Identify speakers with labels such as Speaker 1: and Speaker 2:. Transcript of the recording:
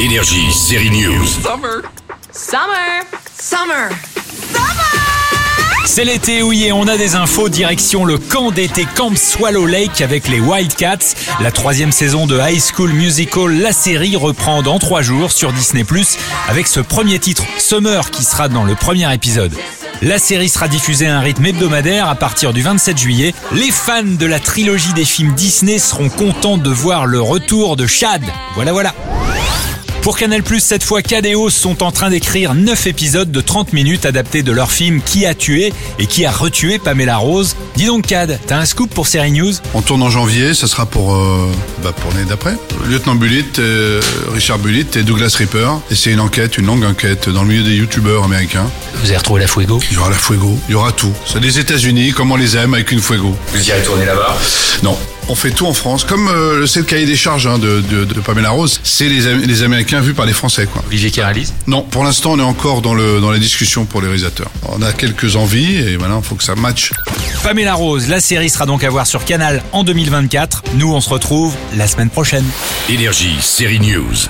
Speaker 1: Énergie, série News.
Speaker 2: Summer! Summer!
Speaker 3: C'est l'été, oui, et on a des infos direction le camp d'été Camp Swallow Lake avec les Wildcats. La troisième saison de High School Musical, la série reprend dans trois jours sur Disney+, avec ce premier titre, Summer, qui sera dans le premier épisode. La série sera diffusée à un rythme hebdomadaire à partir du 27 juillet. Les fans de la trilogie des films Disney seront contents de voir le retour de Chad. Voilà, voilà. Pour Canal+, cette fois, Cadéos sont en train d'écrire 9 épisodes de 30 minutes adaptés de leur film Qui a tué et qui a retué Pamela Rose. Dis donc, Cad, t'as un scoop pour Série News
Speaker 4: On tourne en janvier, ça sera pour, euh, bah, pour l'année d'après. Lieutenant Bullitt, euh, Richard Bullitt et Douglas Ripper. Et c'est une enquête, une longue enquête dans le milieu des youtubeurs américains.
Speaker 5: Vous avez retrouvé la Fuego
Speaker 4: Il y aura la Fuego, il y aura tout. C'est les États-Unis, comme on les aime, avec une Fuego.
Speaker 6: Vous irez tourner là-bas
Speaker 4: Non. On fait tout en France, comme euh, c'est le cahier des charges hein, de, de- de Pamela Rose. C'est les, Am- les Américains vus par les Français, quoi.
Speaker 5: Olivier qui réalise
Speaker 4: Non, pour l'instant, on est encore dans, le, dans la discussion pour les réalisateurs. On a quelques envies et maintenant, il faut que ça matche.
Speaker 3: Pamela Rose, la série sera donc à voir sur Canal en 2024. Nous, on se retrouve la semaine prochaine.
Speaker 1: Énergie, série News.